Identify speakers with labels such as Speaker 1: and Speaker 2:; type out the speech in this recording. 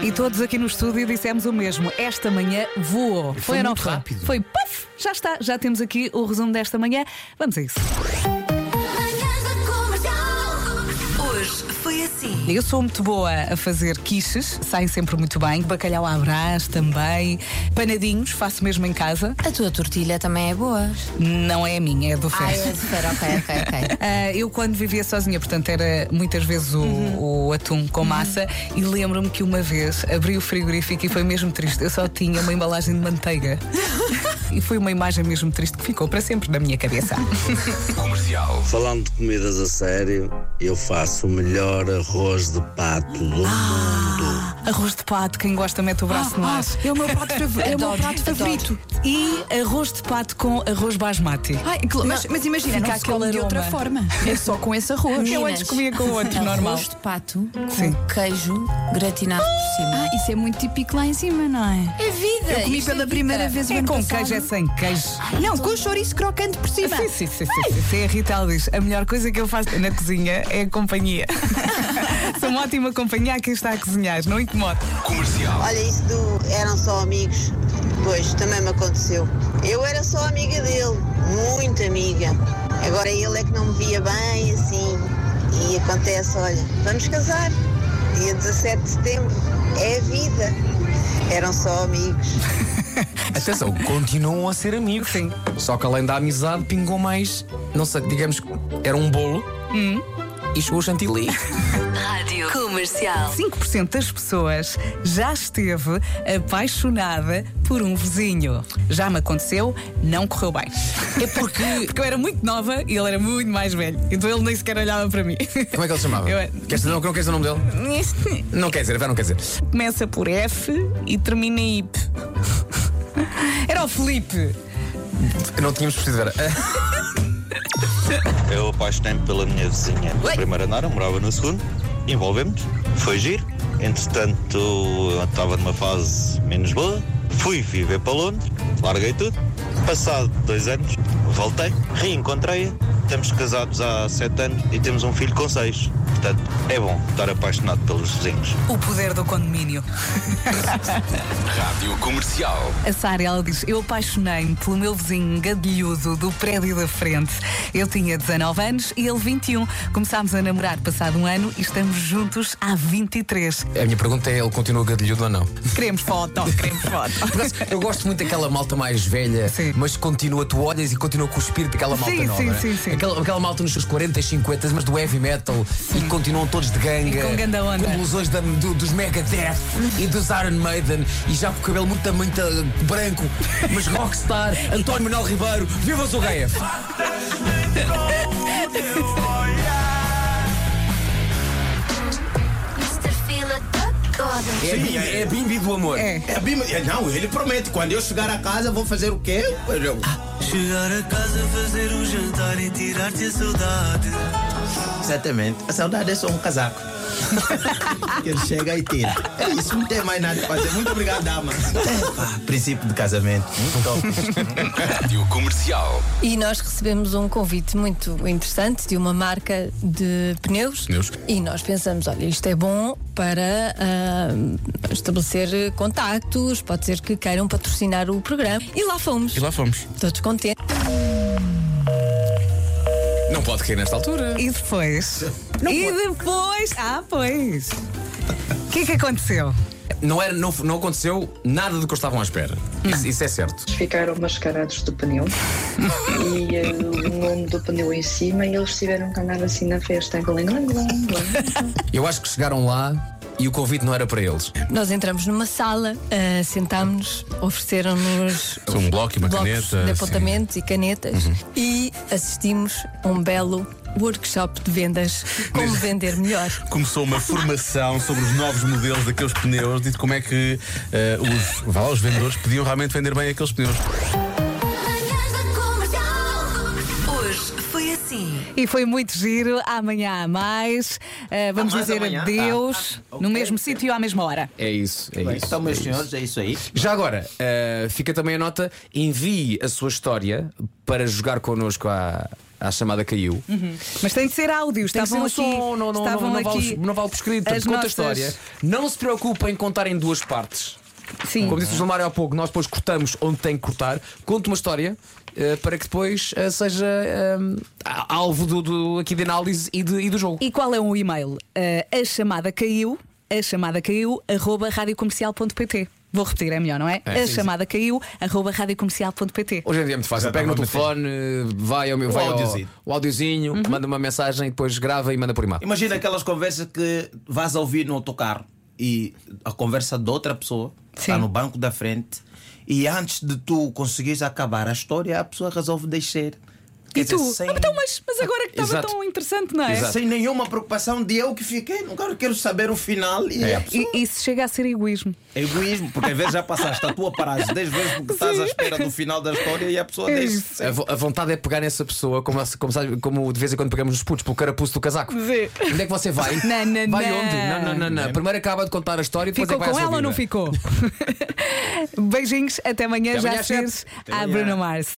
Speaker 1: E todos aqui no estúdio dissemos o mesmo. Esta manhã voou.
Speaker 2: Foi
Speaker 1: ou não
Speaker 2: muito rápido.
Speaker 1: Foi puff! Já está, já temos aqui o resumo desta manhã. Vamos a isso.
Speaker 3: Manhãs da Comercial. Hoje foi assim.
Speaker 1: Eu sou muito boa a fazer quiches, saem sempre muito bem. Bacalhau à brás também. Panadinhos, faço mesmo em casa.
Speaker 4: A tua tortilha também é boa.
Speaker 1: Não é a minha, é do
Speaker 4: Ah,
Speaker 1: Fest.
Speaker 4: é super, ok, ok, ok.
Speaker 1: Ah, eu quando vivia sozinha, portanto era muitas vezes o,
Speaker 4: Uhum.
Speaker 1: o atum com massa e lembro-me que uma vez abri o frigorífico e foi mesmo triste. Eu só tinha uma embalagem de manteiga e foi uma imagem mesmo triste que ficou para sempre na minha cabeça.
Speaker 5: Falando de comidas a sério, eu faço o melhor arroz de pato do mundo.
Speaker 1: Arroz de pato, quem gosta mete o braço no ar.
Speaker 6: É o meu prato, fav- é o meu
Speaker 4: Adoro,
Speaker 6: prato
Speaker 4: adoro.
Speaker 6: favorito.
Speaker 1: E arroz de pato com arroz basmati.
Speaker 6: Ai, que lo- mas, mas imagina,
Speaker 1: Fica
Speaker 6: não se come
Speaker 1: aquele
Speaker 6: de outra
Speaker 1: aroma.
Speaker 6: forma. É só com esse arroz.
Speaker 1: Um Eu antes comia com outro, normal.
Speaker 4: Arroz de pato com
Speaker 1: Sim.
Speaker 4: queijo gratinado por cima.
Speaker 6: Ah, isso é muito típico lá em cima, não é?
Speaker 4: É vida!
Speaker 6: Eu comi
Speaker 4: isto é
Speaker 6: pela
Speaker 4: vida.
Speaker 6: primeira vez o
Speaker 1: É
Speaker 6: ano
Speaker 1: com
Speaker 6: passado.
Speaker 1: queijo, é sem queijo.
Speaker 6: Não, com chouriço crocante por cima.
Speaker 1: Sim, sim, sim, sim, sim, sim. É A Rita ela diz: a melhor coisa que eu faço na cozinha é a companhia. Sou uma ótima companhia a quem está a cozinhar, não incomodo.
Speaker 7: Olha, isso do eram só amigos, pois também me aconteceu. Eu era só amiga dele, muito amiga. Agora ele é que não me via bem assim. E acontece, olha, vamos casar, dia 17 de setembro. É a vida. Eram só amigos.
Speaker 2: Atenção, continuam a ser amigos. Sim. Só que além da amizade, pingou mais. Não sei, digamos que era um bolo. E chegou o chantilly.
Speaker 3: Rádio Comercial.
Speaker 1: 5% das pessoas já esteve apaixonada por um vizinho. Já me aconteceu, não correu bem. É porque, porque eu era muito nova e ele era muito mais velho. Então ele nem sequer olhava para mim.
Speaker 2: Como é que ele se chamava?
Speaker 1: Eu-
Speaker 2: Queres dizer, não, não queres dizer o nome dele? Não quer dizer, vai, não quer dizer.
Speaker 1: Começa por F e termina em IP. Era o Felipe.
Speaker 2: Não tínhamos percebido. Vera.
Speaker 8: Eu apaixonei-me pela minha vizinha do primeiro andar, eu morava no segundo, envolvemos, foi giro. Entretanto, eu estava numa fase menos boa, fui viver para Londres, larguei tudo. Passado dois anos, voltei, reencontrei-a. Estamos casados há sete anos e temos um filho com seis. Portanto, é bom estar apaixonado pelos vizinhos.
Speaker 1: O poder do condomínio.
Speaker 9: Rádio Comercial.
Speaker 1: A Sara, ela diz: Eu apaixonei-me pelo meu vizinho gadilhudo do prédio da frente. Eu tinha 19 anos e ele 21. Começámos a namorar passado um ano e estamos juntos há 23.
Speaker 2: A minha pergunta é: ele continua gadilhudo ou não?
Speaker 1: Queremos foto, queremos foto.
Speaker 2: Por acaso, Eu gosto muito daquela malta mais velha,
Speaker 1: Sim.
Speaker 2: mas continua, tu olhas e continua com o espírito daquela malta
Speaker 1: Sim,
Speaker 2: nova.
Speaker 1: sim,
Speaker 2: não é?
Speaker 1: sim, sim.
Speaker 2: Aquela, aquela malta nos seus 40 e 50, mas do heavy metal e continuam todos de ganga.
Speaker 1: E com ganda onda.
Speaker 2: com blusões da- do- dos Megadeth e dos Iron Maiden e já com o cabelo muito, muito uh, branco, mas rockstar, António Manuel Ribeiro, viva o Gaia! É a bimbi- é a bimbi do amor.
Speaker 1: É.
Speaker 10: É bem- é, Não, ele promete, quando eu chegar a casa vou fazer o quê? Eu-
Speaker 11: Ah, Chegar a casa, fazer um jantar e tirar-te a saudade.
Speaker 10: Exatamente. A saudade é só um casaco. que ele chega e tira. É isso, não tem mais nada a fazer. Muito obrigado, dama.
Speaker 11: É,
Speaker 10: Pá, princípio de casamento. Muito top.
Speaker 9: Rádio Comercial.
Speaker 4: E nós recebemos um convite muito interessante de uma marca de pneus.
Speaker 2: Pneus.
Speaker 4: E nós pensamos: olha, isto é bom para ah, estabelecer contactos, pode ser que queiram patrocinar o programa. E lá fomos.
Speaker 2: E lá fomos.
Speaker 4: Todos contentes.
Speaker 2: Não pode cair nesta altura.
Speaker 1: E depois? e depois? Ah, pois. O que é que aconteceu?
Speaker 2: Não, era, não, não aconteceu nada do que eu estavam à espera. Isso, isso é certo.
Speaker 12: ficaram mascarados do pneu e eh, o nome do pneu em cima e eles tiveram que andar assim na festa. Gling, gling, gling, gling.
Speaker 2: Eu acho que chegaram lá e o convite não era para eles.
Speaker 4: Nós entramos numa sala, ah, sentámos, ofereceram-nos
Speaker 9: Um bloco e uma
Speaker 4: blocos
Speaker 9: caneta.
Speaker 4: de
Speaker 9: sim. Uhum.
Speaker 4: apontamentos e canetas e assistimos a um belo workshop de vendas. Como vender melhor.
Speaker 9: Começou uma formação sobre os novos modelos daqueles pneus, dito como é que eh, os, vá lá, os vendedores podiam realmente vender bem aqueles pneus.
Speaker 3: Manhãs da Comercial. Hoje foi assim.
Speaker 1: E foi muito giro. Amanhã há mais. Ah, vamos
Speaker 10: Há mais
Speaker 1: dizer
Speaker 10: amanhã?
Speaker 1: adeus
Speaker 10: Ah, ah,
Speaker 1: no
Speaker 10: ok.
Speaker 1: mesmo sítio à mesma hora.
Speaker 2: É isso, é
Speaker 10: Bem,
Speaker 2: isso.
Speaker 10: Então, meus
Speaker 2: é isso.
Speaker 10: senhores, é isso aí.
Speaker 2: Já agora, eh, fica também a nota: envie a sua história para jogar connosco à, a chamada caiu.
Speaker 1: Uhum. Mas tem de ser áudios,
Speaker 2: Tem que
Speaker 1: estavam
Speaker 2: ser um
Speaker 1: aqui.
Speaker 2: som, não, não,
Speaker 1: estavam
Speaker 2: não, não,
Speaker 1: aqui.
Speaker 2: vale, não vale por escrito.
Speaker 1: as
Speaker 2: Portanto, Conta a
Speaker 1: nossas-
Speaker 2: história. Não se preocupe em contar em duas partes. Sim. Como disse o João Mário há pouco, nós depois cortamos onde tem que cortar. Conte uma história eh, para que depois eh, seja eh, a- alvo do, do- aqui de análise e, de- e do jogo.
Speaker 1: E qual é o e-mail? Eh, a chamada caiu, a chamada caiu, arroba radiocomercial.pt. Vou repetir, é melhor, não é?
Speaker 2: É,
Speaker 1: a
Speaker 2: sim,
Speaker 1: chamada caiu, arroba radiocomercial.pt.
Speaker 2: Hoje em dia é muito fácil.
Speaker 1: Já
Speaker 2: Pega no
Speaker 1: estava
Speaker 2: telefone, eh, vai ao meu
Speaker 10: O
Speaker 2: vai ao-
Speaker 10: audiozinho.
Speaker 2: o audiozinho,
Speaker 1: Uhum.
Speaker 2: manda uma mensagem, depois grava e manda por e-mail.
Speaker 10: Imagina aquelas conversas que vais ouvir no autocarro e a conversa de outra pessoa está no banco da frente e antes de tu conseguires acabar a história, a pessoa resolve descer.
Speaker 1: E
Speaker 10: Quer dizer,
Speaker 1: tu?
Speaker 10: sem-
Speaker 1: Ah, então, mas, mas agora que estava
Speaker 10: Exato.
Speaker 1: tão interessante, não é?
Speaker 10: Sem nenhuma preocupação de eu que fiquei, não quero, quero saber o final. E a pessoa-
Speaker 1: E, isso chega a ser egoísmo.
Speaker 10: É egoísmo, porque às vezes já passaste a tua paragem 10 vezes porque estás à espera do final da história e a pessoa desce.
Speaker 2: A, vo- a vontade é pegar nessa pessoa, como, a- como, sabe- como de vez em quando pegamos nos putos pelo carapuço do casaco.
Speaker 1: Vê.
Speaker 2: Onde é que você vai?
Speaker 1: Não, não,
Speaker 2: vai
Speaker 1: não.
Speaker 2: onde? Não, não, não, não. Primeiro acaba de contar a história e depois
Speaker 1: Ficou
Speaker 2: é que vai
Speaker 1: com
Speaker 2: à sua
Speaker 1: ela ou
Speaker 2: vida.
Speaker 1: não ficou? Beijinhos, até amanhã,
Speaker 2: Até
Speaker 1: já
Speaker 2: amanhã,
Speaker 1: cedo.
Speaker 2: chefe. Até
Speaker 1: A
Speaker 2: amanhã.
Speaker 1: Bruno Mars.